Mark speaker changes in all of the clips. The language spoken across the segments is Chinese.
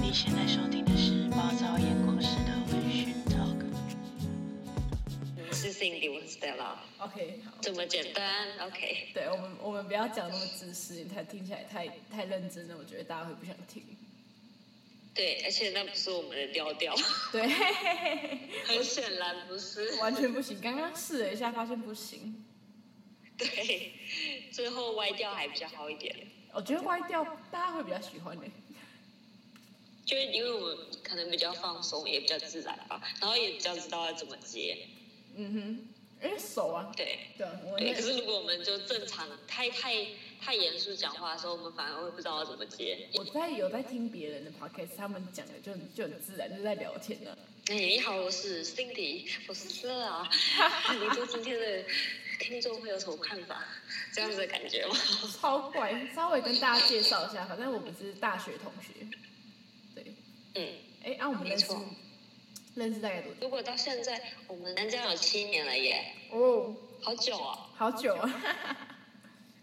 Speaker 1: 你现在收听的是暴躁演过室的微醺 talk。
Speaker 2: 是 Cindy，我是 Stella，
Speaker 3: OK，好，
Speaker 2: 这么简单，OK。
Speaker 3: 对我们我们不要讲那么自私，太听起来太太认真了，我觉得大家会不想听。
Speaker 2: 对，而且那不是我们的调 调，
Speaker 3: 对，
Speaker 2: 很显然不是。
Speaker 3: 完全不行。刚刚试了一下，发现不行。
Speaker 2: 对，最后歪掉还比较好一点，
Speaker 3: 我觉得歪掉大家会比较喜欢的、
Speaker 2: 就是因为我们可能比较放松，也比较自然吧，然后也比较知道要怎么接。
Speaker 3: 嗯哼，因为手啊，
Speaker 2: 对，
Speaker 3: 对，我
Speaker 2: 对。可
Speaker 3: 那
Speaker 2: 是如果我们就正常太太太严肃讲话的时候，我们反而会不知道要怎么接。
Speaker 3: 我在有在听别人的 podcast，他们讲的就很就很自然，就是在聊天了。
Speaker 2: 哎，你好，我是 Cindy，我是 Stella，你 对今天的听众会有什么看法？这样子的感觉吗？
Speaker 3: 超怪，稍微跟大家介绍一下，反正我们是大学同学。对，
Speaker 2: 嗯。
Speaker 3: 哎、啊，我们认识
Speaker 2: 没错
Speaker 3: 认识大概多久？
Speaker 2: 如果到现在，我们南疆有七年了耶，
Speaker 3: 哦，
Speaker 2: 好久啊！
Speaker 3: 好久 啊！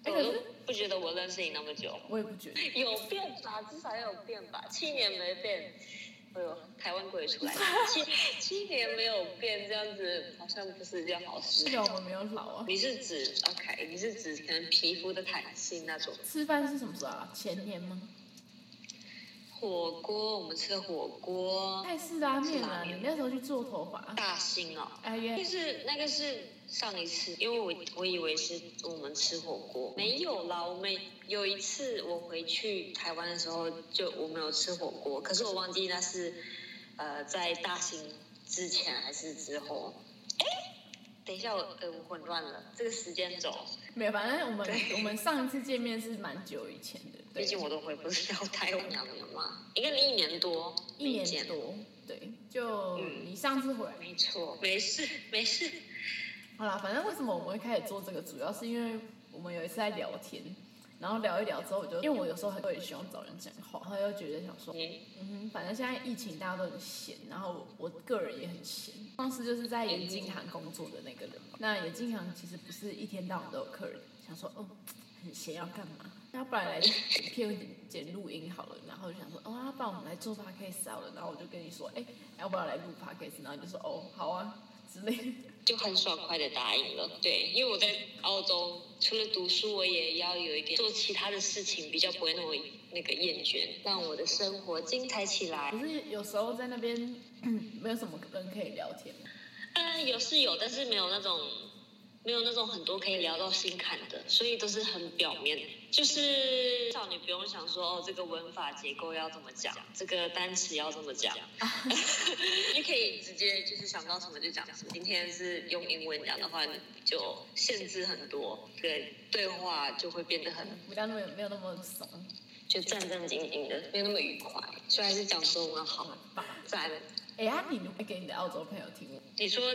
Speaker 3: 哎、
Speaker 2: 我
Speaker 3: 可
Speaker 2: 都
Speaker 3: 是
Speaker 2: 不觉得我认识你那么久，
Speaker 3: 我也不觉得。
Speaker 2: 有变吧？至少有变吧？七年没变，哎呦，台湾鬼出来， 七七年没有变，这样子好像不是一件好事
Speaker 3: 至。少我们没有老啊。
Speaker 2: 你是指 OK？你是指可能皮肤的弹性那种？
Speaker 3: 吃饭是什么时候啊？前年吗？
Speaker 2: 火锅，我们吃的火锅，
Speaker 3: 泰式拉面
Speaker 2: 拉
Speaker 3: 啊！
Speaker 2: 面
Speaker 3: 你那时候去做头发，
Speaker 2: 大兴哦。
Speaker 3: 哎呀
Speaker 2: 就，是那个是上一次，因为我我以为是我们吃火锅，没有啦。我们有一次我回去台湾的时候，就我们有吃火锅，可是我忘记那是呃在大兴之前还是之后。哎，等一下我呃我混乱了，这个时间轴，
Speaker 3: 没有，反正我们
Speaker 2: 对
Speaker 3: 我们上一次见面是蛮久以前的，
Speaker 2: 毕
Speaker 3: 对，
Speaker 2: 竟我都回不了台湾了嘛，应该是一年多，
Speaker 3: 一
Speaker 2: 没见
Speaker 3: 年多，对，就
Speaker 2: 嗯
Speaker 3: 你上次回来，
Speaker 2: 没错，没事没事，
Speaker 3: 好啦，反正为什么我们会开始做这个，主要是因为我们有一次在聊天，然后聊一聊之后，我就因为我有时候很会喜欢找人讲话，然后又觉得想说，
Speaker 2: 嗯
Speaker 3: 嗯哼，反正现在疫情大家都很闲，然后我个人也很闲。当时就是在眼镜行工作的那个人嘛，那眼镜行其实不是一天到晚都有客人，想说哦，很闲要干嘛？要不然来剪片 剪录音好了，然后就想说，哦，那不然我们来做 podcast 好了，然后我就跟你说，哎、要不要来录 podcast？然后你就说，哦，好啊之类的。
Speaker 2: 就很爽快的答应了。对，因为我在澳洲除了读书，我也要有一点做其他的事情，比较不会那么那个厌倦，让我的生活精彩起来
Speaker 3: 可。是有时候在那边 没有什么人可以聊天，
Speaker 2: 呃，有是有，但是没有那种没有那种很多可以聊到心坎的，所以都是很表面。就是至少你不用想说哦，这个文法结构要怎么讲，这个单词要怎么讲，你可以直接就是想到什么就讲什么。今天是用英文讲的话，你就限制很多，对对话就会变得很
Speaker 3: 不要那么没有那么怂，
Speaker 2: 就战战兢兢的，没有那么愉快。所以还是讲中文好，赞。
Speaker 3: 哎、呀，你会给你的澳洲朋友听我
Speaker 2: 你说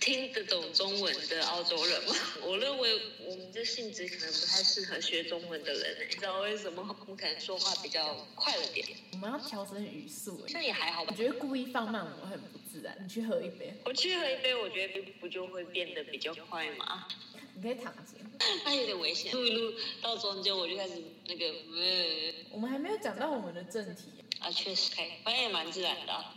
Speaker 2: 听得懂中文的澳洲人吗？ 我认为我们的性质可能不太适合学中文的人、欸，你知道为什么？我们可能说话比较快了点，
Speaker 3: 我们要调整语速、
Speaker 2: 好
Speaker 3: 哎，
Speaker 2: 像也还好
Speaker 3: 我
Speaker 2: 吧。
Speaker 3: 觉得故意放慢我很不自然。你去喝一杯，
Speaker 2: 我去喝一杯，我觉得不就会变得比较快吗？
Speaker 3: 你可以躺着。
Speaker 2: 那有点危险，录一录到中间我就开始那个，嗯
Speaker 3: 我们还没有讲到我们的正题。
Speaker 2: 啊，确实开，反正也蛮自然的啊、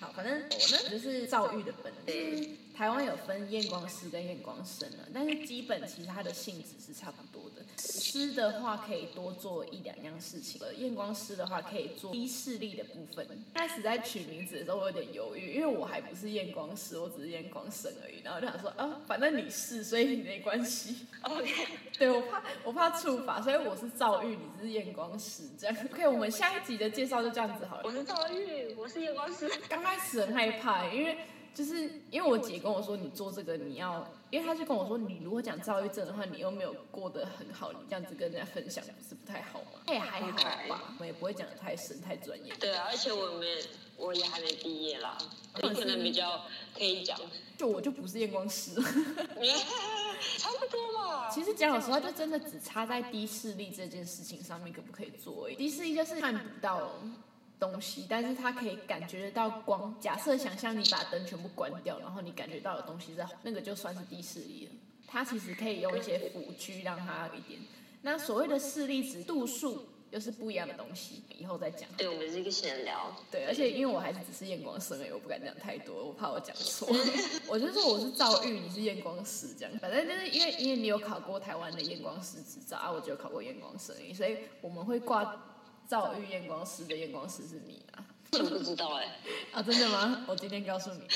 Speaker 3: 好，反正我呢就是躁郁的本人。就是台湾有分验光师跟验光生了，但是基本其实它的性质是差不多的。师的话可以多做一两样事情，呃，验光师的话可以做低视力的部分。开始在取名字的时候我有点犹豫，因为我还不是验光师，我只是验光生而已。然后就想说啊，反正你是，所以没关系。
Speaker 2: OK，
Speaker 3: 对我怕我怕处罚，所以我是躁郁，你是验光师这样。OK，我们下一集的介绍就这样子好了。
Speaker 2: 我是赵玉，我是夜光师。
Speaker 3: 刚开始很害怕、欸因为就是因为我姐跟我说你做这个你要，因为她就跟我说你如果讲躁郁症的话，你又没有过得很好，你这样子跟人家分享不是不太好吗？也哎还好吧，我也不会讲的太深太专业。
Speaker 2: 对啊，而且我们我也还没毕业 啦，你可能比较可以讲，
Speaker 3: 就我就不是验光师，
Speaker 2: 差不多吧。
Speaker 3: 其实讲老实话，就真的只差在低视力这件事情上面可不可以做而已。低视力就是看不到东西，但是它可以感觉得到光。假设想象你把灯全部关掉，然后你感觉到有东西在，那个就算是低视力了。它其实可以用一些辅具让它有一点。那所谓的视力值度数又是不一样的东西，以后再讲。
Speaker 2: 对，我们是一个闲聊。
Speaker 3: 对，而且因为我还是只是验光师而已，我不敢讲太多，我怕我 讲错。我就说我是赵 玉，你是验光师这样。反正就是因为因为你有考过台湾的验光师执照啊，我只有考过验光师而已，所以我们会挂赵玉验光师的验光师是你啊。
Speaker 2: 我不知道哎、
Speaker 3: 啊，真的吗？ 我今天告诉你，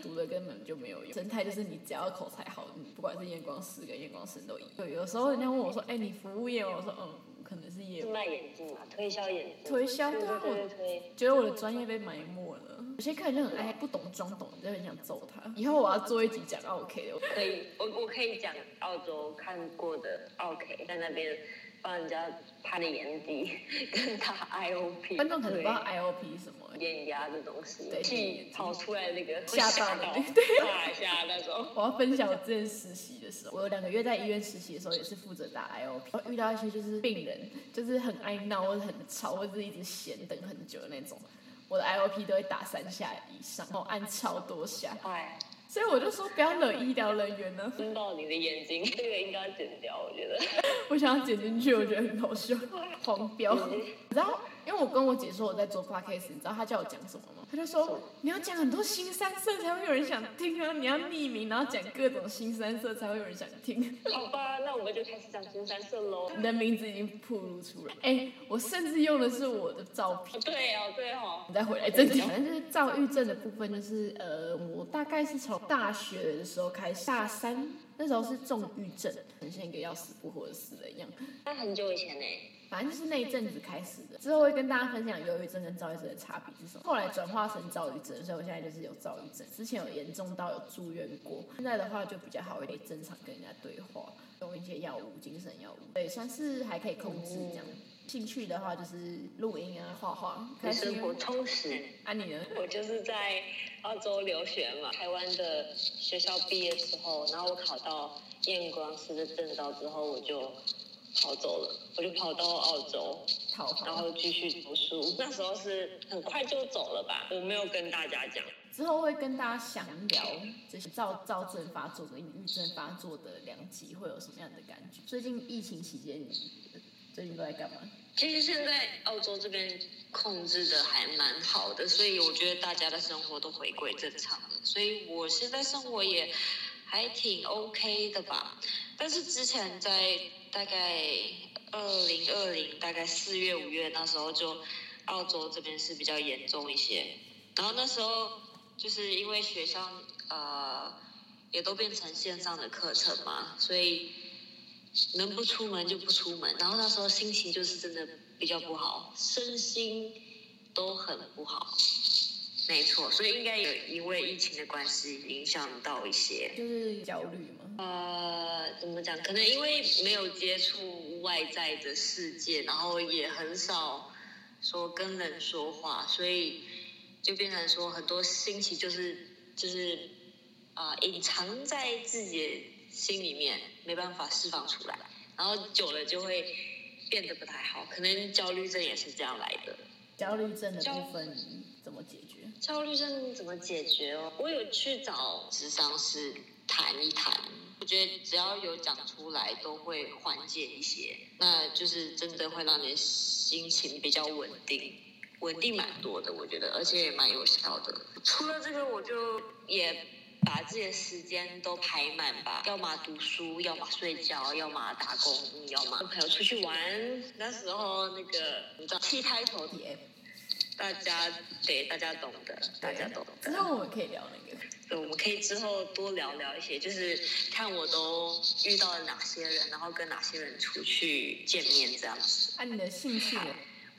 Speaker 3: 读的根本就没有用。生态就是你只要口才好，你不管是验光师跟验光师都一样。对，有时候人家问我说：“哎、你服务业吗？”我说：“嗯，可能是业务。”
Speaker 2: 卖眼镜嘛，推销眼镜。
Speaker 3: 推销对
Speaker 2: 对
Speaker 3: 啊
Speaker 2: 对对对。
Speaker 3: 觉得我的专业被埋没了。有些客人就很爱不懂装懂，就很想揍他。以后我要做一集讲 OK 的，
Speaker 2: 可以，我我可以讲澳洲看过的 OK，在那边帮人家拍的眼底，跟打 IOP，
Speaker 3: 观众可能不知道
Speaker 2: 对
Speaker 3: IOP 是什么。
Speaker 2: 眼压这东西
Speaker 3: 对，
Speaker 2: 气跑出来那个会
Speaker 3: 吓
Speaker 2: 吓
Speaker 3: 到
Speaker 2: 到
Speaker 3: 你，
Speaker 2: 吓一下那种。
Speaker 3: 我要分享我之前实习的时候，我有两个月在医院实习的时候，也是负责打 IOP，然后遇到一些就是病人，就是很爱闹或者很吵，或者是一直闲等很久的那种。我的 IOP 都会打三下以上，然后按超多下，
Speaker 2: 哎，
Speaker 3: 所以我就说不要惹医疗人员呢，
Speaker 2: 真到你的眼睛，这个应该要剪掉，我觉得。
Speaker 3: 我想要剪进去，我觉得很好笑，黄标。你知道，因为我跟我姐说我在做 podcast，你知道她叫我讲什么吗？她就说你要讲很多新三色才会有人想听啊，你要匿名，然后讲各种新三色才会有人想听。
Speaker 2: 好吧，那我们就开始讲新三色喽。
Speaker 3: 你的名字已经暴露出来，哎、我甚至用的是我的照片。
Speaker 2: 对哦，对哦，
Speaker 3: 你再回来正题，反正就是躁郁症的部分，就是呃，我大概是从大学的时候开始，大三那时候是重郁症，呈现一个要死不活的死的样子。
Speaker 2: 那很久以前呢，
Speaker 3: 反正就是那一阵子开始的。之后会跟大家分享忧郁症跟躁郁症的差别是什么。后来转化成躁郁症，所以我现在就是有躁郁症。之前有严重到有住院过，现在的话就比较好一点，正常跟人家对话，用一些药物、精神药物，对，算是还可以控制这样。兴趣的话就是录音啊、画画，开
Speaker 2: 你
Speaker 3: 心
Speaker 2: 生活充实。
Speaker 3: 啊，你 呢？
Speaker 2: 我就是在澳洲留学嘛，台湾的学校毕业之后，然后我考到验光师的证照之后，我就跑走了，我就跑到澳洲，
Speaker 3: 桃
Speaker 2: 然
Speaker 3: 花
Speaker 2: 后继续读书。那时候是很快就走了吧，我没有跟大家讲。
Speaker 3: 之后会跟大家详聊这些躁躁症发作跟抑郁症发作的两极会有什么样的感觉。最近疫情期间，你最近都在干嘛？
Speaker 2: 其实现在澳洲这边控制的还蛮好的，所以我觉得大家的生活都回归正常了。所以我现在生活也还挺 OK 的吧。但是之前在大概二零二零，大概四月五月那时候就澳洲这边是比较严重一些，然后那时候就是因为学校呃也都变成线上的课程嘛，所以。能不出门就不出门，然后那时候心情就是真的比较不好，身心都很不好。没错，所以应该有因为疫情的关系影响到一些。
Speaker 3: 就是焦虑嘛。
Speaker 2: 呃，怎么讲？可能因为没有接触外在的世界，然后也很少说跟人说话，所以就变成说很多心情就是就是啊、呃隐藏在自己的心里面，没办法释放出来，然后久了就会变得不太好。可能焦虑症也是这样来的。
Speaker 3: 焦虑症的部分怎么解决？
Speaker 2: 焦虑症怎么解决哦？我有去找智商师谈一谈，我觉得只要有讲出来，都会缓解一些，那就是真的会让你心情比较稳定，稳定蛮多的，我觉得，而且也蛮有效的。除了这个，我就也。把自己的时间都排满吧，要么读书，要么睡觉，要么打工，要么跟朋友出去玩。那时候那个你知道七开头的
Speaker 3: 也
Speaker 2: 大家对大家懂的，大家懂
Speaker 3: 之
Speaker 2: 的。
Speaker 3: 后我们可以聊那个。
Speaker 2: 对，我们可以之后多聊聊一些，就是看我都遇到了哪些人，然后跟哪些人出去见面这样子。
Speaker 3: 啊按、你的兴趣呢？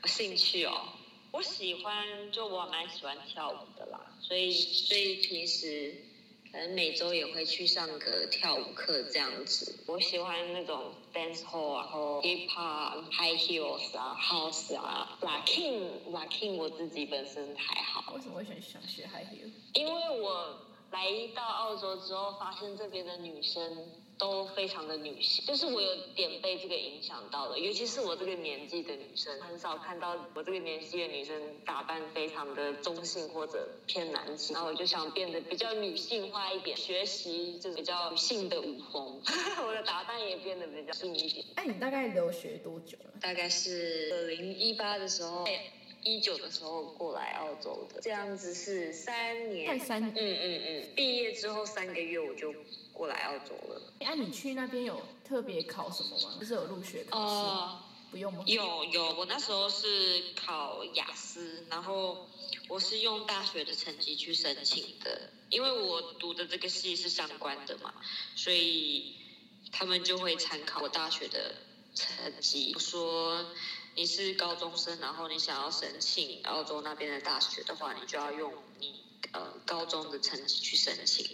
Speaker 2: 我兴趣哦，我喜欢，就我蛮喜欢跳舞的啦，所以所以平时可能每周也会去上个跳舞课这样子。我喜欢那种 dance hall，然后 hip hop、high heels 啊、house 啊、locking、locking，我自己本身还好。
Speaker 3: 为什么会想想学 high heel？
Speaker 2: 因为我来到澳洲之后，发现这边的女生都非常的女性，就是我有点被这个影响到了，尤其是我这个年纪的女生，很少看到我这个年纪的女生打扮非常的中性或者偏男性，然后我就想变得比较女性化一点，学习就是比较女性的舞风， 我的打扮也变得比较性一点。
Speaker 3: 哎、你大概留学多久了？
Speaker 2: 大概是二零一八的时候，哎一九的时候过来澳洲的，这样子是三年，
Speaker 3: 快三年。
Speaker 2: 嗯嗯嗯，毕业之后三个月我就过来澳洲了。
Speaker 3: 哎、你去那边有特别考什么吗？就是有入学考试吗？
Speaker 2: 哦，
Speaker 3: 不用吗？
Speaker 2: 有有，我那时候是考雅思，然后我是用大学的成绩去申请的，因为我读的这个系是相关的嘛，所以他们就会参考我大学的成绩，说。你是高中生，然后你想要申请澳洲那边的大学的话，你就要用你呃高中的成绩去申请。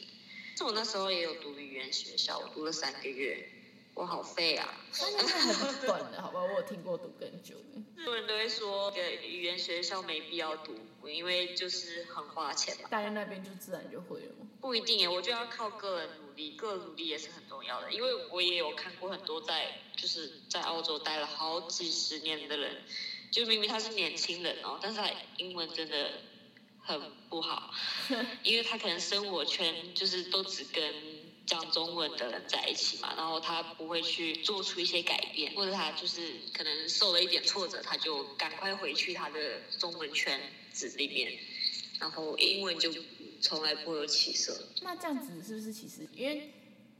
Speaker 2: 我那时候也有读语言学校，我读了三个月，我好废啊！
Speaker 3: 三年是很短的，好吧？我有听过读更久的。
Speaker 2: 很多人都会说，这个语言学校没必要读，因为就是很花钱嘛。
Speaker 3: 待在那边就自然就会了吗？
Speaker 2: 不一定耶，我觉得要靠个人努力，个人努力也是很重要的。因为我也有看过很多在就是在澳洲待了好几十年的人，就明明他是年轻人哦，但是他英文真的很不好，因为他可能生活圈就是都只跟。讲中文的人在一起嘛，然后他不会去做出一些改变，或者他就是可能受了一点挫折，他就赶快回去他的中文圈子里面，然后英文就从来不会有起色。
Speaker 3: 那这样子是不是其实因为？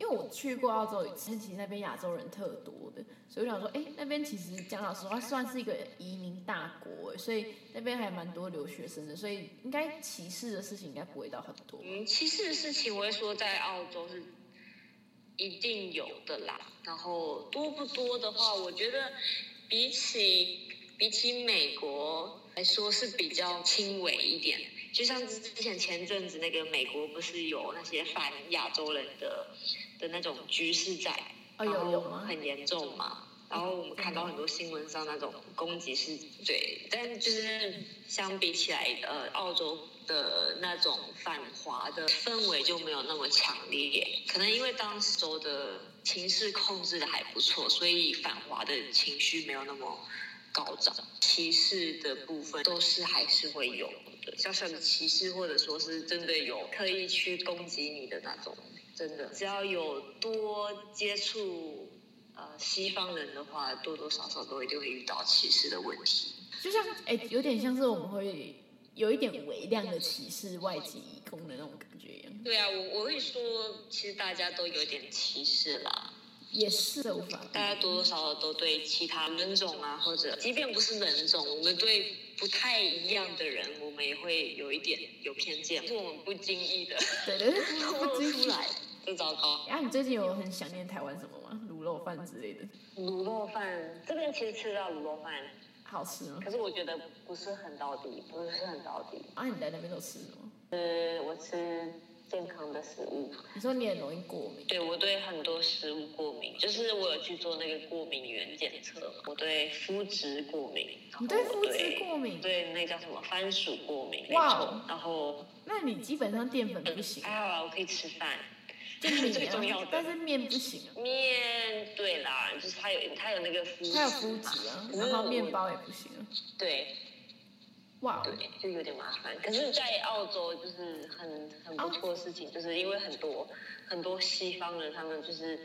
Speaker 3: 因为我去过澳洲一次，其实那边亚洲人特多的，所以我想说，哎、那边其实讲老实话，算是一个移民大国，欸所以那边还蛮多留学生的，所以应该歧视的事情应该不会到很多。
Speaker 2: 嗯，其实的事情，我会说在澳洲是一定有的啦。然后多不多的话，我觉得比起比起美国来说是比较轻微一点。就像之之前前阵子那个美国不是有那些反亚洲人的的那种局势在，
Speaker 3: 哦，
Speaker 2: 然
Speaker 3: 有
Speaker 2: 后
Speaker 3: 有吗？
Speaker 2: 很严重嘛。然后我们看到很多新闻上那种攻击是对，但就是相比起来，呃，澳洲的那种反华的氛围就没有那么强烈。可能因为当时州的情势控制的还不错，所以反华的情绪没有那么高涨。歧视的部分都是还是会有的，小小的歧视或者说是真的有刻意去攻击你的那种，真的只要有多接触呃西方人的话，多多少少都一定会遇到歧视的问题。
Speaker 3: 就像哎、有点像是我们会有一点微量的歧视外籍移工的那种感觉一样。
Speaker 2: 对啊，我我会说，其实大家都有点歧视啦，
Speaker 3: 也是啊的无法避
Speaker 2: 大家
Speaker 3: 免。
Speaker 2: 多多少少都对其他人种啊，或者即便不是人种，我们对不太一样的人，我们也会有一点有偏见，是我们不经意 的。
Speaker 3: 对对对，
Speaker 2: 透
Speaker 3: 不
Speaker 2: 露
Speaker 3: 知
Speaker 2: 出来，这糟糕。
Speaker 3: 哎、啊，你最近有很想念台湾什么吗？卤肉饭之类的，
Speaker 2: 卤肉饭这边其实吃到卤肉饭，
Speaker 3: 好吃吗？
Speaker 2: 可是我觉得不是很到底，不是很到底。
Speaker 3: 啊，你在那边都吃什么？
Speaker 2: 呃，我吃健康的食物，
Speaker 3: 你说你很容易过敏，
Speaker 2: 对我对很多食物过敏，就是我有去做那个过敏原检测嘛，我对麸质过敏，然后
Speaker 3: 你对
Speaker 2: 我
Speaker 3: 麸质过敏，
Speaker 2: 对那叫什么番薯过敏，没
Speaker 3: 哇
Speaker 2: 错
Speaker 3: 哦。
Speaker 2: 然后
Speaker 3: 那你基本上淀粉不行，
Speaker 2: 还好啦，我可以吃饭，
Speaker 3: 就
Speaker 2: 最重
Speaker 3: 米
Speaker 2: 要
Speaker 3: 啊
Speaker 2: 的，
Speaker 3: 但是面不行啊，
Speaker 2: 面对啦，就是它有它有那个麸质嘛，
Speaker 3: 它有麸质啊，
Speaker 2: 可是
Speaker 3: 然后
Speaker 2: 我
Speaker 3: 面包也不行啊。
Speaker 2: 对，
Speaker 3: 哇哦，
Speaker 2: 对，就有点麻烦。可是，在澳洲就是很很不错的事情，就是因为很多很多西方人，他们就是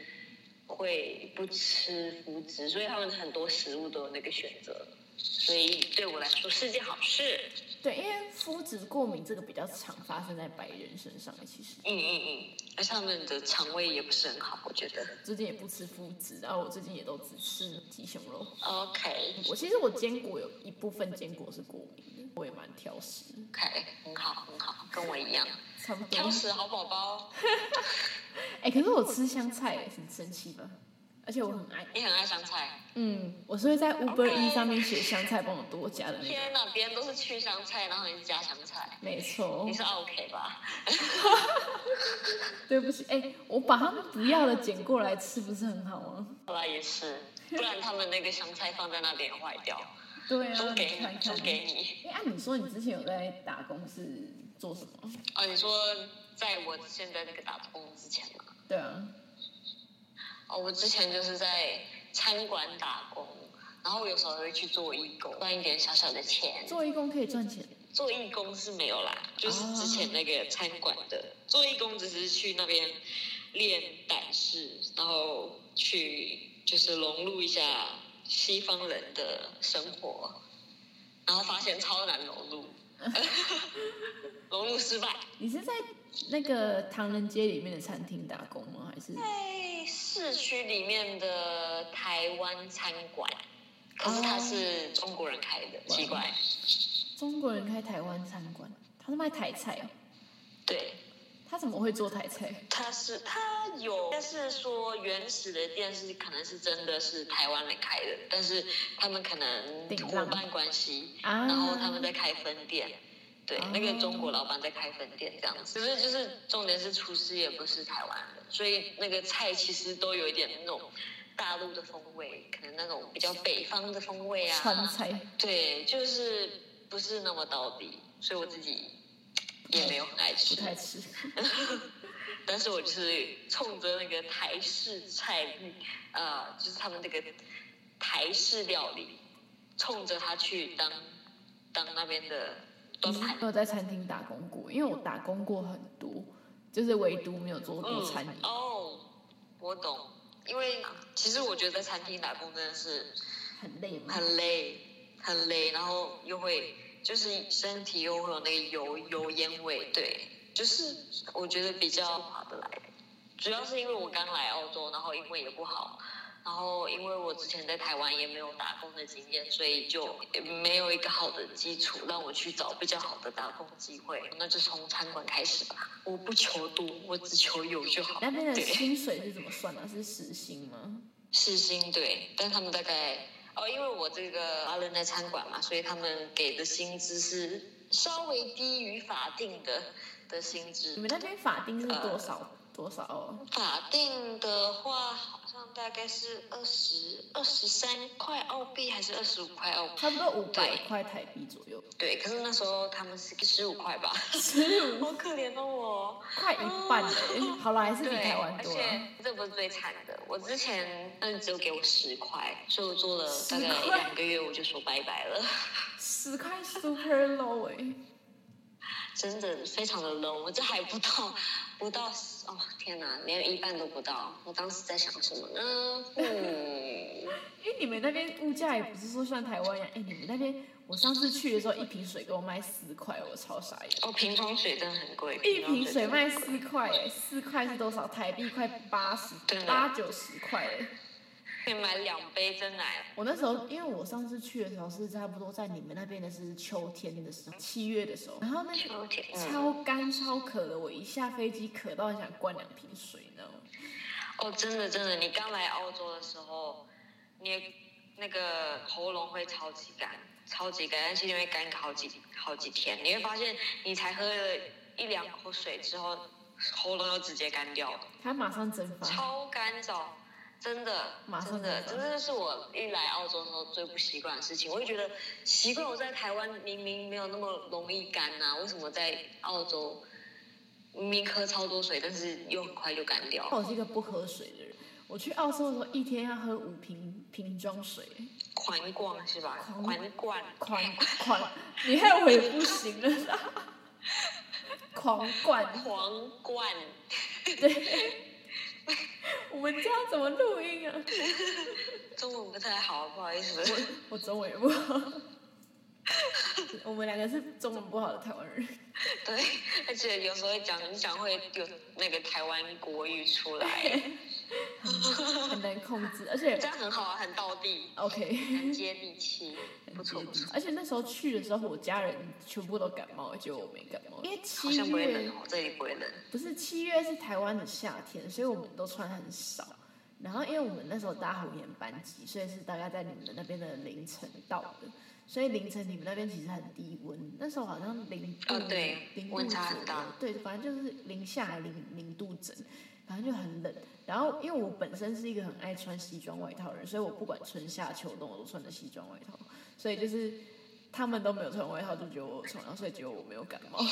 Speaker 2: 会不吃麸质，所以他们很多食物都有那个选择。所以对我来说是件好事。
Speaker 3: 对，因为麸质过敏这个比较常发生在白人身上，其实
Speaker 2: 嗯嗯嗯，而且他们的肠胃也不是很好，我觉得。
Speaker 3: 最近也不吃麸质，然后我最近也都只吃鸡胸肉。
Speaker 2: OK
Speaker 3: 我其实我坚果有一部分坚果是过敏的，我也蛮挑食，
Speaker 2: OK，很好很好，跟我一样，
Speaker 3: 差不多。
Speaker 2: 挑食好宝宝。
Speaker 3: 哎、可是我吃香菜很生气吧，而且我很爱。
Speaker 2: 你很爱香菜？
Speaker 3: 嗯，我是会在 Uber
Speaker 2: OK
Speaker 3: E 上面写香菜帮我多加的那个。
Speaker 2: 天哪，别人都是去香菜，然后你加香菜，
Speaker 3: 没错
Speaker 2: 你，是 OK 吧？
Speaker 3: 对不起，哎、我把他们不要的捡过来吃，不是很好吗？
Speaker 2: 好吧，也是，不然他们那个香菜放在那边也坏掉。
Speaker 3: 对啊，
Speaker 2: 都
Speaker 3: 你
Speaker 2: 给
Speaker 3: 看啊
Speaker 2: 你，都
Speaker 3: 看。
Speaker 2: 给你。
Speaker 3: 哎、按、你说你之前有在打工是做什么？
Speaker 2: 哦，你说在我现在那个打工之前嘛，
Speaker 3: 对啊，
Speaker 2: 哦，我之前就是在餐馆打工，然后我有时候会去做义工，赚一点小小的钱。
Speaker 3: 做义工可以赚钱，
Speaker 2: 做义工是没有啦，就是之前那个餐馆的做义工，只是去那边练胆识，然后去就是融入一下西方人的生活，然后发现超难融入，融入失败。
Speaker 3: 你是在那个唐人街里面的餐厅打工吗？还是
Speaker 2: 在市区里面的台湾餐馆，可是它是中国人开的，奇怪。
Speaker 3: 中国人开台湾餐馆？他是卖台菜哦，
Speaker 2: 对，
Speaker 3: 他怎么会做台菜？
Speaker 2: 它是它有，但是说原始的店是可能是真的是台湾人开的，但是他们可能
Speaker 3: 顶
Speaker 2: 伙
Speaker 3: 浪
Speaker 2: 伴关系，
Speaker 3: 啊
Speaker 2: 然后他们在开分店。对
Speaker 3: 哦，
Speaker 2: 那个中国老板在开分店这样子，啊只是就是重点是厨师也不是台湾人，所以那个菜其实都有一点那种大陆的风味，可能那种比较北方的风味啊，
Speaker 3: 川菜，
Speaker 2: 对，就是不是那么到底，所以我自己也没有很爱
Speaker 3: 不
Speaker 2: 吃，
Speaker 3: 太吃。
Speaker 2: 但是我就是冲着那个台式菜，呃，就是他们那个台式料理，冲着它去当当那边的
Speaker 3: 你
Speaker 2: 端
Speaker 3: 是
Speaker 2: 盘
Speaker 3: 没。有在餐厅打工过？因为我打工过很多，就是唯独没有做过嗯餐饮。
Speaker 2: 哦，我懂，因为其实我觉得在餐厅打工真的是
Speaker 3: 很累吗？
Speaker 2: 很累，很累，然后又会就是身体又会有那个油油烟味，对，就是我觉得比较划得来。主要是因为我刚来澳洲，然后英文也不好，然后因为我之前在台湾也没有打工的经验，所以就没有一个好的基础让我去找比较好的打工机会。那就从餐馆开始吧，我不求多，我只求有就好。
Speaker 3: 那边的
Speaker 2: 对
Speaker 3: 薪水是怎么算的？是时薪吗？
Speaker 2: 是薪对，但他们大概哦，因为我这个华人的餐馆嘛，所以他们给的薪资是稍微低于法定的的薪
Speaker 3: 你
Speaker 2: 资。
Speaker 3: 们那边法定是多少、
Speaker 2: 呃
Speaker 3: 多少哦？
Speaker 2: 法定的话，好像大概是二十二十三块澳币，还是二十五块澳币？
Speaker 3: 差不多五百块台币左右，
Speaker 2: 对，可是那时候他们是十五块吧，
Speaker 3: 十五
Speaker 2: 好可怜哦我。
Speaker 3: 快一半了。好了，还
Speaker 2: 哦
Speaker 3: 是比
Speaker 2: 对，
Speaker 3: 台湾
Speaker 2: 而
Speaker 3: 多啊了
Speaker 2: 且。这不是最惨的，我之前那只有给我十块，所以我做了大概
Speaker 3: 10块
Speaker 2: 两个月，我就说拜拜了。
Speaker 3: 十块 super low 哎、
Speaker 2: 真的非常的 low，我这还不到，不到哦，天哪，连一半都不到。我当时在想什么呢？嗯，
Speaker 3: 因为你们那边物价也不是说像台湾一样，哎、你们那边我上次去的时候，一瓶水给我卖四块，我超傻眼。
Speaker 2: 哦，瓶装水真的很贵，
Speaker 3: 一瓶水
Speaker 2: 真的
Speaker 3: 卖
Speaker 2: 很贵
Speaker 3: 四块、哎，四块是多少台币？快八十
Speaker 2: 对啊，
Speaker 3: 八九十块、哎。
Speaker 2: 可以买两杯真奶，
Speaker 3: 我那时候，因为我上次去的时候是差不多在你们那边的是秋天的时候，七月的时候，然后那
Speaker 2: 超甜。嗯、
Speaker 3: 超干超渴的，我一下飞机渴到很想灌两瓶水，你知道吗？
Speaker 2: 哦，真的真的，你刚来澳洲的时候，你那个喉咙会超级干，超级干，但是因为干个好几好几天，你会发现你才喝了一两口水之后，喉咙又直接干掉了。
Speaker 3: 它马上蒸发，
Speaker 2: 超干燥，真的
Speaker 3: 马，上
Speaker 2: 真的，
Speaker 3: 就
Speaker 2: 真
Speaker 3: 走
Speaker 2: 的就是我一来澳洲的时候最不习惯的事情。我就觉得习惯我在台湾明明没有那么容易干呐、为什么在澳洲明明喝超多水，但是又很快就干掉？
Speaker 3: 我是一个不喝水的人。我去澳洲的时候，一天要喝五瓶瓶装水，
Speaker 2: 环逛是吧？
Speaker 3: 狂
Speaker 2: 环逛，
Speaker 3: 狂狂，你害我也不行了，狂灌。
Speaker 2: 皇冠，
Speaker 3: 我们这样怎么录音啊？
Speaker 2: 中文不太好，不好意思。
Speaker 3: 我中文也不好， 我们两个是中文不好的台湾人。
Speaker 2: 对，而且有时候讲你讲会有那个台湾国语出来，
Speaker 3: 很难控制，而且
Speaker 2: 这样很好啊，很道地，
Speaker 3: OK，
Speaker 2: 很接地气，不错不错。
Speaker 3: 而且那时候去的时候，我家人全部都感冒，只有我没感冒。因为七
Speaker 2: 好像不会冷
Speaker 3: 月
Speaker 2: 哦，这里不会冷。
Speaker 3: 不是七月是台湾的夏天，所以我们都穿很少。然后因为我们那时候搭虎年班机，所以是大概在你们那边的凌晨到的，所以凌晨你们那边其实很低温，那时候好像零度、
Speaker 2: 哦对
Speaker 3: 零度
Speaker 2: 温差
Speaker 3: 左
Speaker 2: 很
Speaker 3: 右
Speaker 2: 大，
Speaker 3: 对，反正就是零下还零零度整，反正就很冷。然后因为我本身是一个很爱穿西装外套的人，所以我不管春夏秋冬我都穿着西装外套，所以就是他们都没有穿外套，就觉得我有穿，然后所以觉得我没有感冒。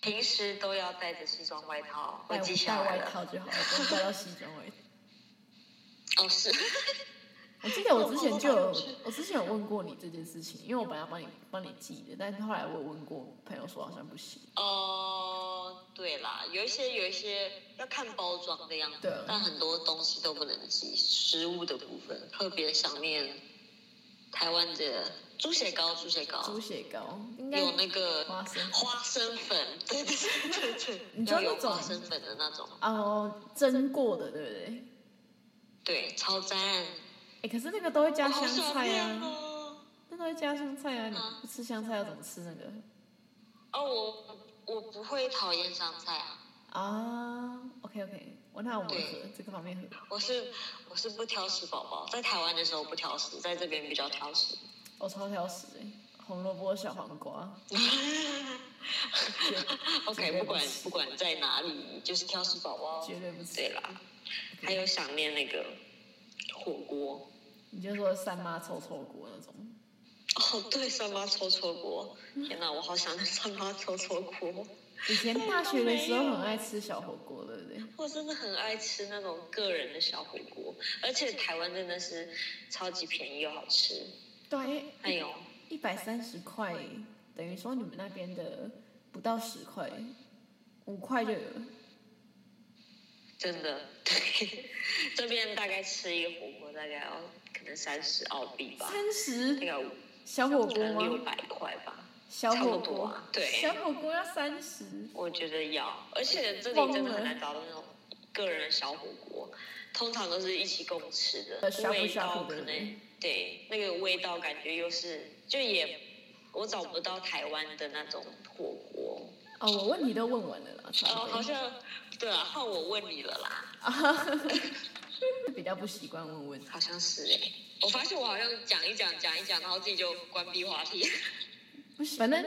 Speaker 2: 平时都要带着西装外套，我
Speaker 3: 带
Speaker 2: 记下
Speaker 3: 哎带
Speaker 2: 来
Speaker 3: 外
Speaker 2: 了。
Speaker 3: 套就好了，不用带到西装外套。
Speaker 2: 哦，是，
Speaker 3: 我 记得我之前就有，我之前有问过你这件事情，因为我本来要帮你帮你记的，但是后来我有问过朋友说好像不行。
Speaker 2: 哦，对啦，有一些有一些要看包装的样
Speaker 3: 对
Speaker 2: 子，但很多东西都不能寄，食物的部分特别想念台湾的猪血糕，猪血糕
Speaker 3: 猪血糕应
Speaker 2: 哦
Speaker 3: 该
Speaker 2: 有那个
Speaker 3: 花生
Speaker 2: 花生粉，对对对对对，
Speaker 3: 你知道
Speaker 2: 要
Speaker 3: 那
Speaker 2: 有
Speaker 3: 种
Speaker 2: 花生粉的那种，
Speaker 3: 哦，蒸过的对不对？
Speaker 2: 对，超赞，
Speaker 3: 哎，可是那个都会加
Speaker 2: 我好
Speaker 3: 香
Speaker 2: 想
Speaker 3: 菜
Speaker 2: 念
Speaker 3: 啊，
Speaker 2: 哦。
Speaker 3: 那都会加香菜啊，你
Speaker 2: 啊
Speaker 3: 不吃香菜要怎么吃那个？
Speaker 2: 哦，我我不会讨厌香菜啊，
Speaker 3: 啊，OK OK，我那我们合这个方面合。
Speaker 2: 我是我是不挑食宝宝，在台湾的时候不挑食，在这边比较挑食。
Speaker 3: 我超挑食哎、红萝卜、小黄瓜。绝
Speaker 2: OK，
Speaker 3: 对
Speaker 2: 不管
Speaker 3: 吃
Speaker 2: 不管在哪里，就是挑食宝宝。
Speaker 3: 绝对不吃
Speaker 2: 对啦，还有想念那个火锅。
Speaker 3: 你就说三妈臭臭锅那种，
Speaker 2: 哦，对，三妈臭臭锅，天哪，我好想念三妈臭臭锅。
Speaker 3: 以前大学的时候很爱吃小火锅，对不对？
Speaker 2: 我真的很爱吃那种个人的小火锅，而且台湾真的是超级便宜又好吃。哎
Speaker 3: 对，
Speaker 2: 还有，
Speaker 3: 哎一百三十块，等于说你们那边的不到十块，五块就有了。
Speaker 2: 真的，对， 这边大概吃一个火锅大概要可能三十澳币吧，
Speaker 3: 三
Speaker 2: 大
Speaker 3: 十
Speaker 2: 概五
Speaker 3: 小火
Speaker 2: 可
Speaker 3: 锅
Speaker 2: 能六
Speaker 3: 吗？
Speaker 2: 百块吧，
Speaker 3: 小
Speaker 2: 差
Speaker 3: 火
Speaker 2: 不多
Speaker 3: 锅
Speaker 2: 啊，对
Speaker 3: 小火锅要三十，
Speaker 2: 我觉得要，而且这里真的很难找到那种个人的小火锅，通常都是一起共吃
Speaker 3: 呃
Speaker 2: 的，
Speaker 3: shabu
Speaker 2: 味道
Speaker 3: shabu
Speaker 2: 可
Speaker 3: 的
Speaker 2: 能对那个味道感觉又是就也我找不到台湾的那种火锅，
Speaker 3: 哦，我问题都问完了啦，差
Speaker 2: 哦，
Speaker 3: 不
Speaker 2: 好
Speaker 3: 多。
Speaker 2: 像对啊，换我问你了啦。
Speaker 3: 比较不习惯问问题。
Speaker 2: 好像是哎、我发现我好像讲一讲讲一讲，然后自己就关闭话题。
Speaker 3: 不行，反正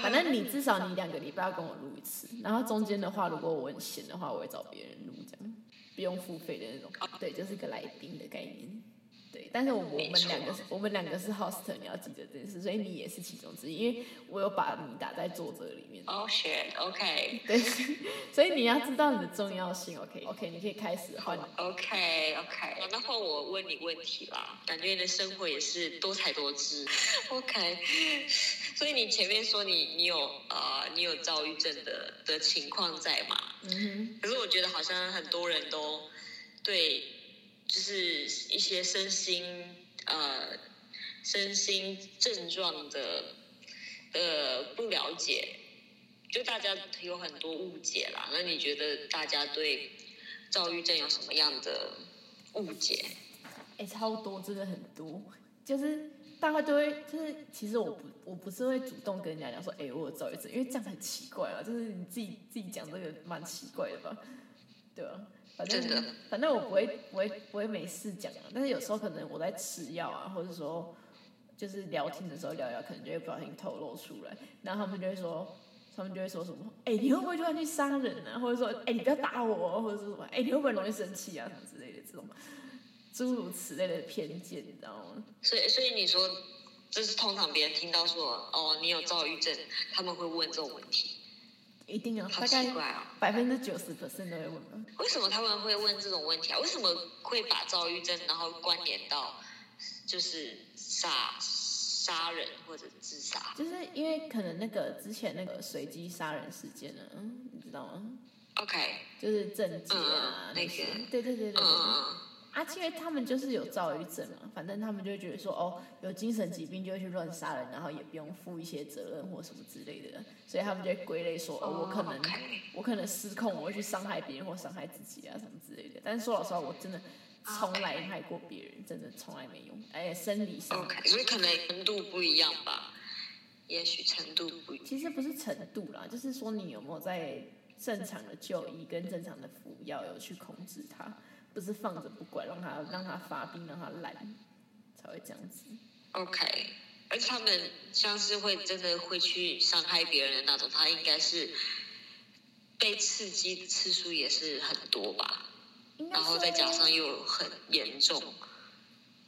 Speaker 3: 反正你至少你两个礼拜要跟我录一次，然后中间的话，如果我很闲的话，我会找别人录，这样不用付费的那种。对，就是一个来宾的概念。对，但是我我
Speaker 2: 没
Speaker 3: 们
Speaker 2: 错
Speaker 3: 两个是我们两个是 host，你要记得这件事，所以你也是其中之一，因为我有把你打在作者里面。
Speaker 2: 哦、shit，OK
Speaker 3: 对，所以你要知道你的重要性。OK OK，你可以开始换。
Speaker 2: OK OK，那哦换我问你问题啦。感觉你的生活也是多彩多姿。OK，所以你前面说你你有呃你有躁郁症的的情况在嘛？
Speaker 3: 嗯
Speaker 2: 可是我觉得好像很多人都对，就是一些身心呃身心症状的呃不了解，就大家有很多误解啦。那你觉得大家对躁郁症有什么样的误解？
Speaker 3: 哼，哎、超多，真的很多，就是。大概都会就是，其实我不我不是会主动跟人家讲说，哎、我有躁郁症，因为这样很奇怪啊，就是你自己自己讲这个蛮奇怪的吧，对啊，反
Speaker 2: 真
Speaker 3: 正
Speaker 2: 的
Speaker 3: 反正我不会不会不会没事讲啊，但是有时候可能我在吃药啊，或者说就是聊天的时候聊一聊，可能就会不小心透露出来，然后他们就会说，他们就会说什么，哎、你会不会突然去杀人啊？或者说，哎、你不要打我哦，或者说什么，哎、你会不会容易生气啊？什么之类的这种诸如此类的偏见，你知道吗？
Speaker 2: 所以所以你说，就是通常别人听到说哦你有躁郁症，他们会问这种问题，
Speaker 3: 一定啊，
Speaker 2: 好
Speaker 3: 大
Speaker 2: 奇
Speaker 3: 概
Speaker 2: 怪哦。
Speaker 3: 百分之九十 percent 都会问吧。
Speaker 2: 为什么他们会问这种问题啊？为什么会把躁郁症然后关联到就是杀杀人或者自杀？
Speaker 3: 就是因为可能那个之前那个随机杀人事件呢、啊，你知道吗？
Speaker 2: OK，
Speaker 3: 就是政界啊
Speaker 2: 嗯嗯
Speaker 3: 那
Speaker 2: 那
Speaker 3: 些
Speaker 2: 个，
Speaker 3: 对对对
Speaker 2: 嗯
Speaker 3: 对对。
Speaker 2: 嗯
Speaker 3: 啊，因为他们就是有躁郁症嘛，反正他们就会觉得说，哦，有精神疾病就会去乱杀人，然后也不用负一些责任或什么之类的，所以他们就会归类说，
Speaker 2: 嗯
Speaker 3: 哦，我可能
Speaker 2: OK
Speaker 3: 我可能失控，我会去伤害别人或伤害自己啊什么之类的。但是说老实话，我真的从
Speaker 2: 哦
Speaker 3: 来害过别人，真的从来没有，哎，生理
Speaker 2: 嗯
Speaker 3: 上的。
Speaker 2: ，OK，所以可能程度不一样吧，也许程度不一样。
Speaker 3: 其实不是程度啦，就是说你有没有在正常的就医跟正常的服药有去控制它，不是放着不管，让它让它发病，让它烂，才会这样子。
Speaker 2: OK，而且他们像是会真的会去伤害别人的那种，他应该是被刺激的次数也是很多吧，
Speaker 3: 应该
Speaker 2: 然后
Speaker 3: 说
Speaker 2: 再加上又很严重。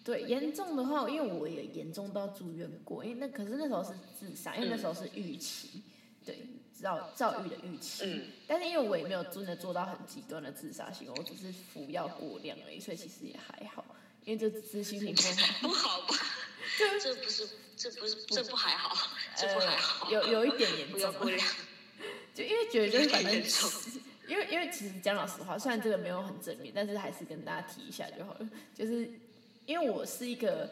Speaker 3: 对严重的话，因为我也严重到住院过，因为那可是那时候是自杀，因为那时候是预期，对，造躁郁的预期。
Speaker 2: 嗯
Speaker 3: 但是因为我也没有真的做到很极端的自杀行为，我只是服药过量而已，所以其实也还好。因为这只是心情不好，
Speaker 2: 不好吧？ 这不是，这不是，这不还好，这不还好，
Speaker 3: 呃，有有一点严
Speaker 2: 不要不
Speaker 3: 重，
Speaker 2: 良，
Speaker 3: 就因为觉得就是反正
Speaker 2: 有一点严重，
Speaker 3: 因为因为其实讲老实话，虽然这个没有很正面，但是还是跟大家提一下就好了。就是因为我是一个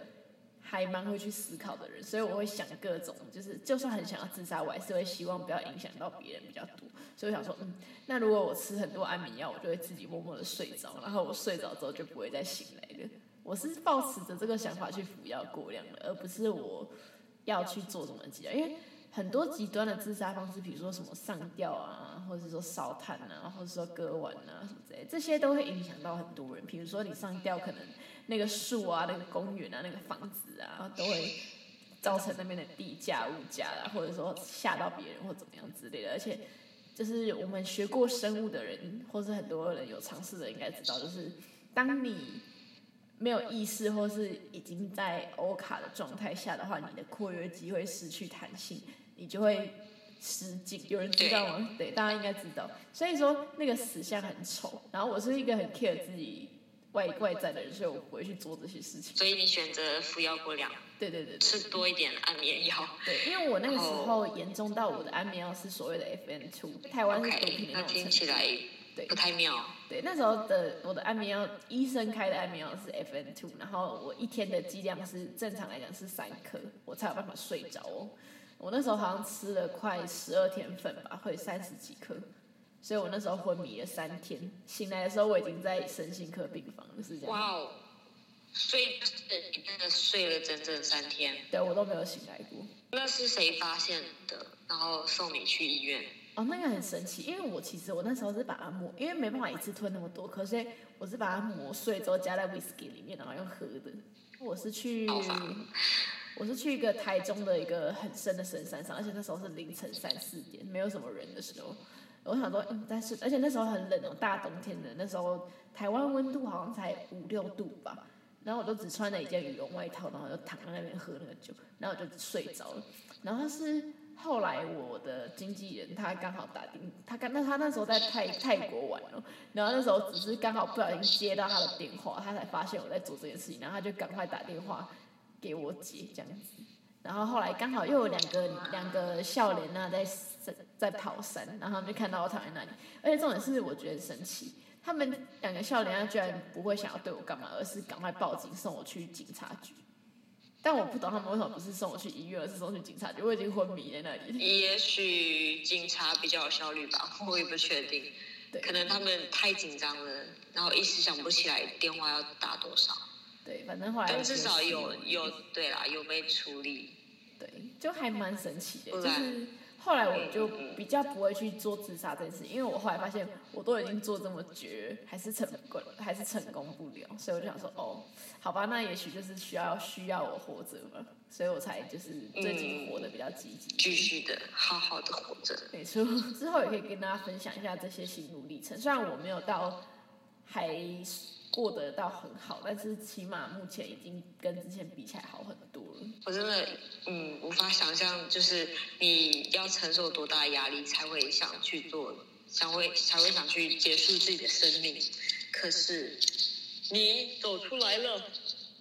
Speaker 3: 还蛮会去思考的人，所以我会想各种，就是就算很想要自杀，我还是会希望不要影响到别人比较多。所以我想说，嗯，那如果我吃很多安眠药，我就会自己默默的睡着，然后我睡着之后就不会再醒来了。我是抱持着这个想法去服药过量的，而不是我要去做什么极端，因为很多极端的自杀方式，比如说什么上吊啊，或者是说烧炭啊，或者说割腕啊什么之类，这些都会影响到很多人。比如说你上吊，可能那个树啊、那个公园啊、那个房子啊，都会造成那边的地价、物价啊，或者说吓到别人或怎么样之类的。而且就是我们学过生物的人，或是很多人有尝试的，应该知道，就是当你没有意识或是已经在欧卡的状态下的话，你的括约肌会失去弹性，你就会失禁。有人知道吗？对，大家应该知道。所以说那个死相很丑。然后我是一个很 care 自己外外在的人，所以我不会去做这些事情。
Speaker 2: 所以你选择服药过量，
Speaker 3: 对对对对
Speaker 2: 吃多一点安眠药。
Speaker 3: 对，因为我那个时
Speaker 2: 哦
Speaker 3: 候严重到我的安眠药是所谓的 FN two，台湾是毒
Speaker 2: OK，
Speaker 3: 品的
Speaker 2: 那
Speaker 3: 那种
Speaker 2: 听
Speaker 3: 成
Speaker 2: 起
Speaker 3: 分。
Speaker 2: 来
Speaker 3: 对
Speaker 2: 不太妙。
Speaker 3: 对，那时候的我的安眠药，医生开的安眠药是 FN two，然后我一天的剂量是正常来讲是三颗，我才有办法睡着哦。我那时候好像吃了快十二天粉吧，会三十几颗，所以我那时候昏迷了三天，醒来的时候我已经在身心科病房了，是这样。
Speaker 2: 哇哦，所以就是你真的睡了整整三天，
Speaker 3: 对我都没有醒来过。
Speaker 2: 那是谁发现的？然后送你去医院？
Speaker 3: 哦，那个很神奇，因为我其实我那时候是把它磨，因为没办法一次吞那么多颗，所以我是把它磨碎之后加在 whisky 里面，然后用喝的。我是去
Speaker 2: 好吧，
Speaker 3: 我是去一个台中的一个很深的深山上，而且那时候是凌晨三四点，没有什么人的时候。我想说，嗯，但是而且那时候很冷哦，大冬天的，那时候台湾温度好像才五六度吧。然后我就只穿了一件羽绒外套，然后就躺在那边喝那个酒，然后我就睡着了。然后是后来我的经纪人他刚好打电，他刚那他那时候在泰泰国玩哦，然后那时候只是刚好不小心接到他的电话，他才发现我在做这件事情，然后他就赶快打电话给我姐这样子。然后后来刚好又有两个两个笑脸啊在在在跑山，然后他们就看到我躺在那里，而且重点是我觉得很神奇，他们两个笑脸啊居然不会想要对我干嘛，而是赶快报警送我去警察局。但我不懂他们为什么不是送我去医院，而是送去警察局，我已经昏迷在那里。
Speaker 2: 也许警察比较有效率吧， 我也不确定
Speaker 3: 对。
Speaker 2: 可能他们太紧张了，然后一时想不起来电话要打多少，
Speaker 3: 对，反正后来我
Speaker 2: 但至
Speaker 3: 觉得
Speaker 2: 少
Speaker 3: 是
Speaker 2: 有有对啦，有被处理。
Speaker 3: 对，就还蛮神奇的。
Speaker 2: 不
Speaker 3: 就
Speaker 2: 然
Speaker 3: 是后来我就比较不会去做自杀这件事，因为我后来发现我都已经做这么绝，还是成功，还是成功不了，所以我就想说，哦，好吧，那也许就是需要需要我活着吧，所以我才就是最近活得比较积极。
Speaker 2: 继续的好好的活着。
Speaker 3: 没错，之后也可以跟大家分享一下这些心路历程。虽然我没有到还过得到很好，但是起码目前已经跟之前比起来好很多了。
Speaker 2: 我真的嗯无法想象，就是你要承受多大的压力才会想去做，才会才会想去结束自己的生命。可是你走出来了，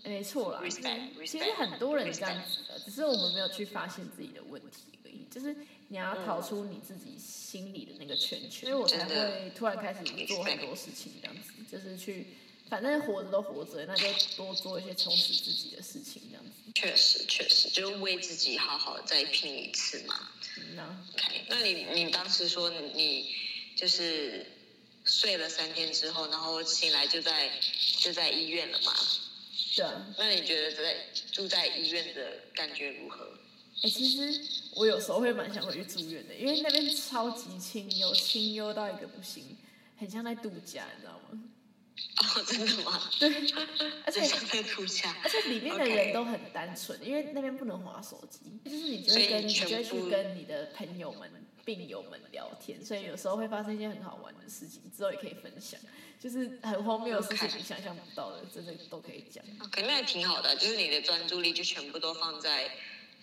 Speaker 3: 没错啦，就是
Speaker 2: Respect,
Speaker 3: 其实
Speaker 2: respect,
Speaker 3: 很多人这样子的，只是我们没有去发现自己的问题而已。就是你要逃出你自己心里的那个圈圈，所以我才
Speaker 2: 真的
Speaker 3: 会突然开始做很多事情，这样子就是去，反正活着都活着，那就多做一些充实自己的事情，这样子。
Speaker 2: 确实确实，就为自己好好再拼一次嘛。
Speaker 3: 嗯那
Speaker 2: OK，那你你当时说你你就是睡了三天之后，然后醒来就在就在医院了嘛？
Speaker 3: 对啊，
Speaker 2: 那你觉得在住在医院的感觉如何？
Speaker 3: 哎、其实我有时候会蛮想回去住院的，因为那边超级清幽，清幽到一个不行，很像在度假，你知道吗？
Speaker 2: 哦，真的 吗？
Speaker 3: 对，而且
Speaker 2: 很像在度假。
Speaker 3: 而且里面的
Speaker 2: OK
Speaker 3: 人都很单纯因为那边不能划手机，就是你就会跟你
Speaker 2: 所
Speaker 3: 就
Speaker 2: 以全
Speaker 3: 会
Speaker 2: 部
Speaker 3: 去跟你的朋友们、病友们聊天，所以有时候会发生一些很好玩的事情，之后也可以分享，就是很荒谬的事情，
Speaker 2: OK
Speaker 3: 你想象不到的，真的都可以讲。
Speaker 2: OK，那也挺好的，就是你的专注力就全部都放在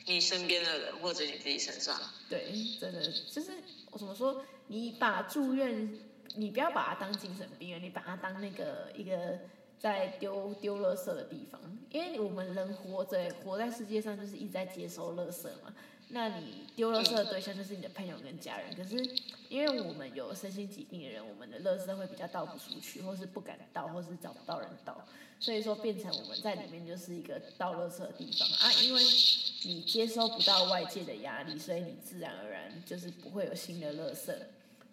Speaker 2: 你身边的人或者你自己身上。
Speaker 3: 对，真的就是我怎么说？你把住院，你不要把它当精神病院，啊你把它当那个一个在丢丢垃圾的地方，因为我们人活着活在世界上就是一直在接收垃圾嘛。那你丢垃圾的对象就是你的朋友跟家人，可是因为我们有身心疾病的人，我们的垃圾会比较倒不出去，或是不敢倒，或是找不到人倒，所以说变成我们在里面就是一个倒垃圾的地方啊。因为你接收不到外界的压力，所以你自然而然就是不会有新的垃圾，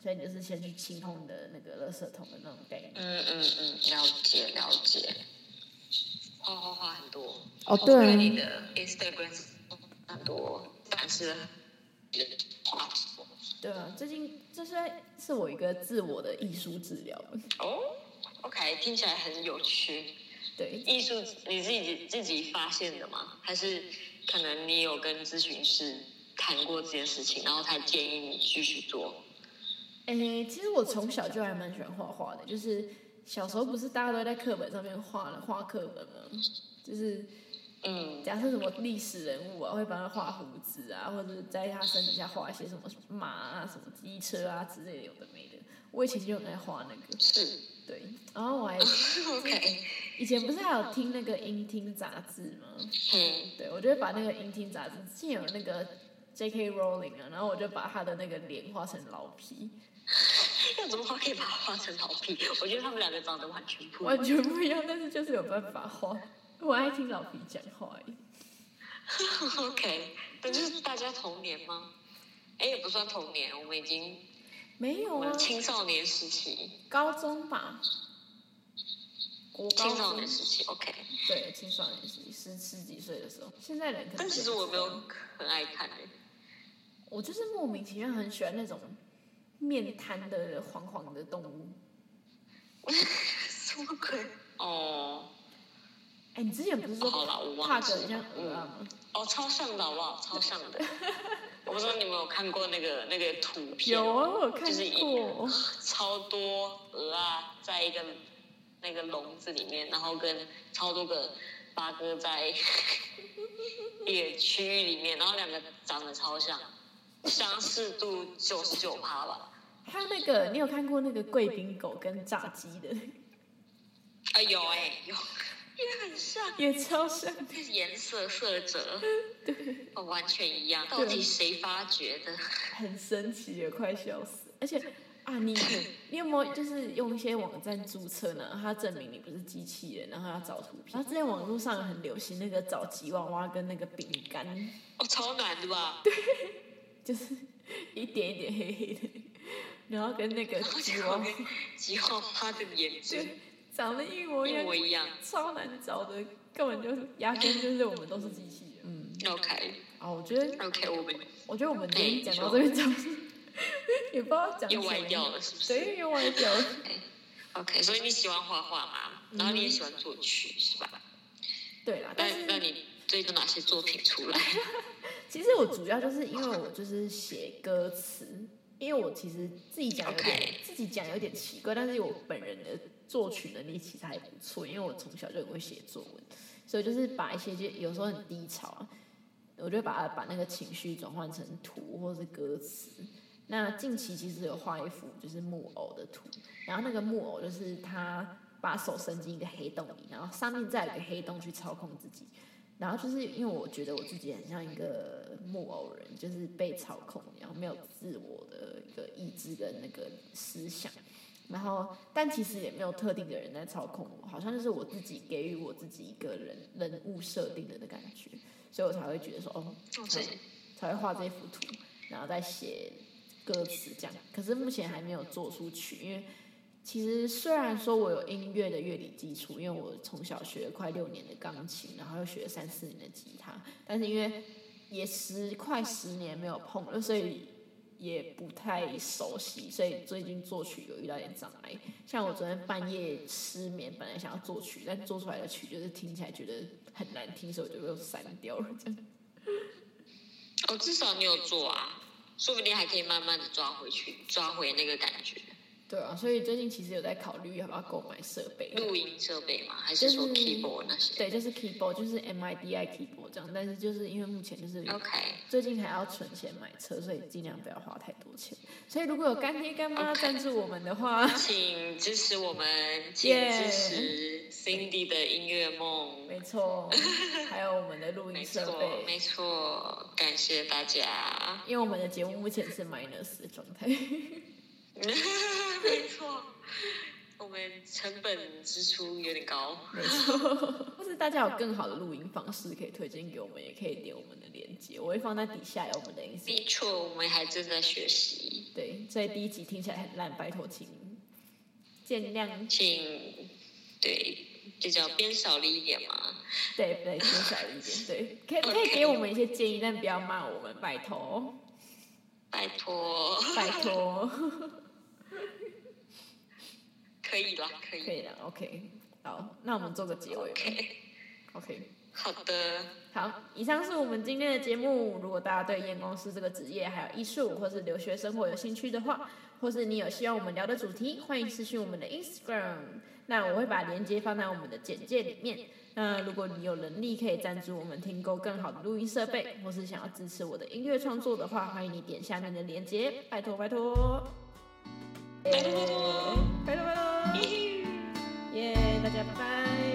Speaker 3: 所以你就是先去清空你的那个垃圾桶的那种概念。
Speaker 4: 嗯嗯嗯，了解了解。
Speaker 2: 花花花很多，
Speaker 3: 哦，
Speaker 2: 我对你的 Instagram 很多，但是花
Speaker 3: 对啊，最近这是是我一个自我的艺术治疗，
Speaker 2: 哦，OK，听起来很有趣。
Speaker 3: 对，
Speaker 2: 艺术你自己自己发现的吗？还是可能你有跟咨询师谈过这件事情，然后他建议你继续做？
Speaker 3: 诶、其实我从小就还蛮喜欢画画的，就是小时候不是大家都在课本上面画了画课本吗？就是
Speaker 2: 嗯，
Speaker 3: 假设什么历史人物啊，会帮他画胡子啊，或者是在他身底下画一些什么马啊、什么机车啊之类的，有的没的。我以前就很爱画那个，
Speaker 2: 是
Speaker 3: 对，然后我还
Speaker 2: OK，
Speaker 3: 以前不是还有听那个音听杂志吗？
Speaker 2: 嗯，
Speaker 3: 对，我就会把那个音听杂志，之前有那个 J.K. Rowling 啊，然后我就把他的那个脸画成老皮，
Speaker 2: 要怎么画可以把它画成老屁？我觉得他们两个长得完全不一
Speaker 3: 完
Speaker 2: 样。
Speaker 3: 全不一样，但是就是有办法画。我爱听老皮讲话欸，
Speaker 2: OK，那就是大家童年吗？哎，也不算童年，我们已经
Speaker 3: 没有
Speaker 2: 我
Speaker 3: 啊
Speaker 2: 们，青少年时期，
Speaker 3: 高中吧，国
Speaker 2: 青
Speaker 3: 高
Speaker 2: 少
Speaker 3: 中
Speaker 2: 年时期 OK。
Speaker 3: 对青少年时期十十几岁的时候，现在人可能
Speaker 2: 但其实
Speaker 3: 不
Speaker 2: 我
Speaker 3: 知
Speaker 2: 没
Speaker 3: 道
Speaker 2: 有很爱看、欸，
Speaker 3: 我就是莫名其妙很喜欢那种面瘫的黄黄的动物。
Speaker 2: 什么鬼？哦。
Speaker 3: 哎，你之前不是说
Speaker 2: 好啦我忘
Speaker 3: 帕
Speaker 2: 记
Speaker 3: 格很像
Speaker 2: 了
Speaker 3: 鹅啊吗？
Speaker 2: 哦，超像的好不好？超像的。 我不知道你们有看过那个那个图片，哦
Speaker 3: 有啊，我有看
Speaker 2: 就是一啊
Speaker 3: 过。
Speaker 2: 超多鹅啊，在一个那个笼子里面，然后跟超多个八哥 在一个区域里面，然后两个长得超像，相似度九十九趴吧。
Speaker 3: 还有那个，你有看过那个贵宾狗跟炸鸡 的，
Speaker 2: 啊、有哎、有，也很像，
Speaker 3: 也超像。
Speaker 2: 颜色色 泽，对，完全一样。到底谁发掘的？
Speaker 3: 很神奇，也快笑死。而且啊，你你有没有就是用一些网站注册呢？它证明你不是机器人，然后要找图片。然后之前网络上很流行那个找吉娃娃跟那个饼干，
Speaker 2: 哦，超难的吧？
Speaker 3: 就是一点一点黑黑的，然后跟那个吉娃娃
Speaker 2: 吉娃娃的眼睛
Speaker 3: 对长得一模一
Speaker 2: 一
Speaker 3: 样
Speaker 2: 模，一样。
Speaker 3: 超难找的，根本就是压根就是我们都是机器人。嗯，
Speaker 2: OK
Speaker 3: 啊，我觉得
Speaker 2: OK，我们
Speaker 3: 我觉得我们今天讲到这 边讲，也不知道讲什
Speaker 2: 又歪
Speaker 3: 么，
Speaker 2: 掉了，是不是
Speaker 3: 对，又歪掉了。
Speaker 2: ？OK，所以你喜欢画画嘛？然后你也喜欢作曲是吧？
Speaker 3: 对啦，
Speaker 2: 那
Speaker 3: 嗯但是
Speaker 2: 那你最近有哪些作品出来？
Speaker 3: 其实我主要就是因为我就是写歌词，因为我其实自己讲有点
Speaker 2: OK
Speaker 3: 自己讲有点奇怪，但是我本人的作曲能力其实还不错，因为我从小就很会写作文，所以就是把一些就有时候很低潮啊，我就把它把那个情绪转换成图或是歌词。那近期其实有画一幅就是木偶的图，然后那个木偶就是他把手伸进一个黑洞里，然后上面再有一个黑洞去操控自己。然后就是因为我觉得我自己很像一个木偶人，就是被操控，然后没有自我的一个意志跟那个思想。然后，但其实也没有特定的人在操控我，好像就是我自己给予我自己一个人人物设定的的感觉，所以我才会觉得说，哦，
Speaker 2: 我最近
Speaker 3: 才会画这幅图，然后再写歌词这样。可是目前还没有做出去，因为其实虽然说我有音乐的乐理基础，因为我从小学了快六年的钢琴，然后又学了三四年的吉他，但是因为也十快十年没有碰了，所以也不太熟悉，所以最近作曲有遇到点障碍。像我昨天半夜失眠，本来想要作曲，但做出来的曲就是听起来觉得很难听，所以我就又删掉了这样。
Speaker 2: 哦，至少你有做啊，说不定还可以慢慢的抓回去，抓回那个感觉。
Speaker 3: 对啊，所以最近其实有在考虑要不要购买设备，
Speaker 2: 录音设备吗？还是说
Speaker 3: 就是
Speaker 2: keyboard 那些？
Speaker 3: 对，就是 keyboard，就是 MIDI keyboard 这样，但是就是因为目前就是
Speaker 2: OK，
Speaker 3: 最近还要存钱买车，所以尽量不要花太多钱。所以如果有干爹干妈
Speaker 2: OK
Speaker 3: 赞助我们的话，
Speaker 2: 请支持我们，请
Speaker 3: Yeah
Speaker 2: 支持 Cindy 的音乐梦。
Speaker 3: 没错，还有我们的录
Speaker 2: 没
Speaker 3: 音
Speaker 2: 错
Speaker 3: 设，备，
Speaker 2: 没错，感谢大家。
Speaker 3: 因为我们的节目目前是 minus 的状态。
Speaker 2: 没错，我们成本支出有点高。
Speaker 3: 没错，或是大家有更好的录音方式可以推荐给我们，也可以点我们的链接，我会放在底下有我们的 Instagram。
Speaker 2: 没错，我们还正在学习，
Speaker 3: 对，所以第一集听起来很烂，拜托请见谅。
Speaker 2: 请对比较边少力一点嘛。
Speaker 3: 对对，减少一点， 对，可以可以给我们一些建议，但不要骂我们，拜托，
Speaker 2: 拜托，
Speaker 3: 拜托，
Speaker 2: 可以啦，可
Speaker 3: 可
Speaker 2: 以。
Speaker 3: 以了，OK，好，那我们做个结 尾吧
Speaker 2: OK，
Speaker 3: ，OK。
Speaker 2: 好的，
Speaker 3: 好，以上是我们今天的节目。如果大家对验光师这个职业，还有艺术或是留学生活有兴趣的话，或是你有希望我们聊的主题，欢迎私讯我们的 Instagram。那我会把链接放在我们的简介里面。那如果你有能力可以赞助我们听购更好的录音设备，或是想要支持我的音乐创作的话，欢迎你点下面的链接，拜托拜托，
Speaker 2: 拜托。
Speaker 3: 拜托拜托，耶、大家拜拜。